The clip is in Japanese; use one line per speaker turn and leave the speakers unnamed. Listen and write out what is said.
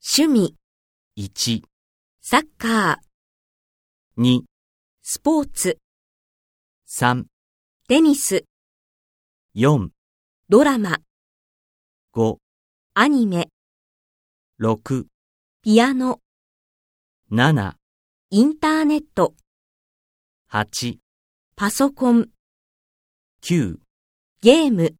趣味、
1、
サッカー、
2、
スポーツ、
3、
テニス、
4、
ドラマ、
5、
アニメ、
6、
ピアノ、
7、
インターネット、
8、
パソコン、
9
ゲーム。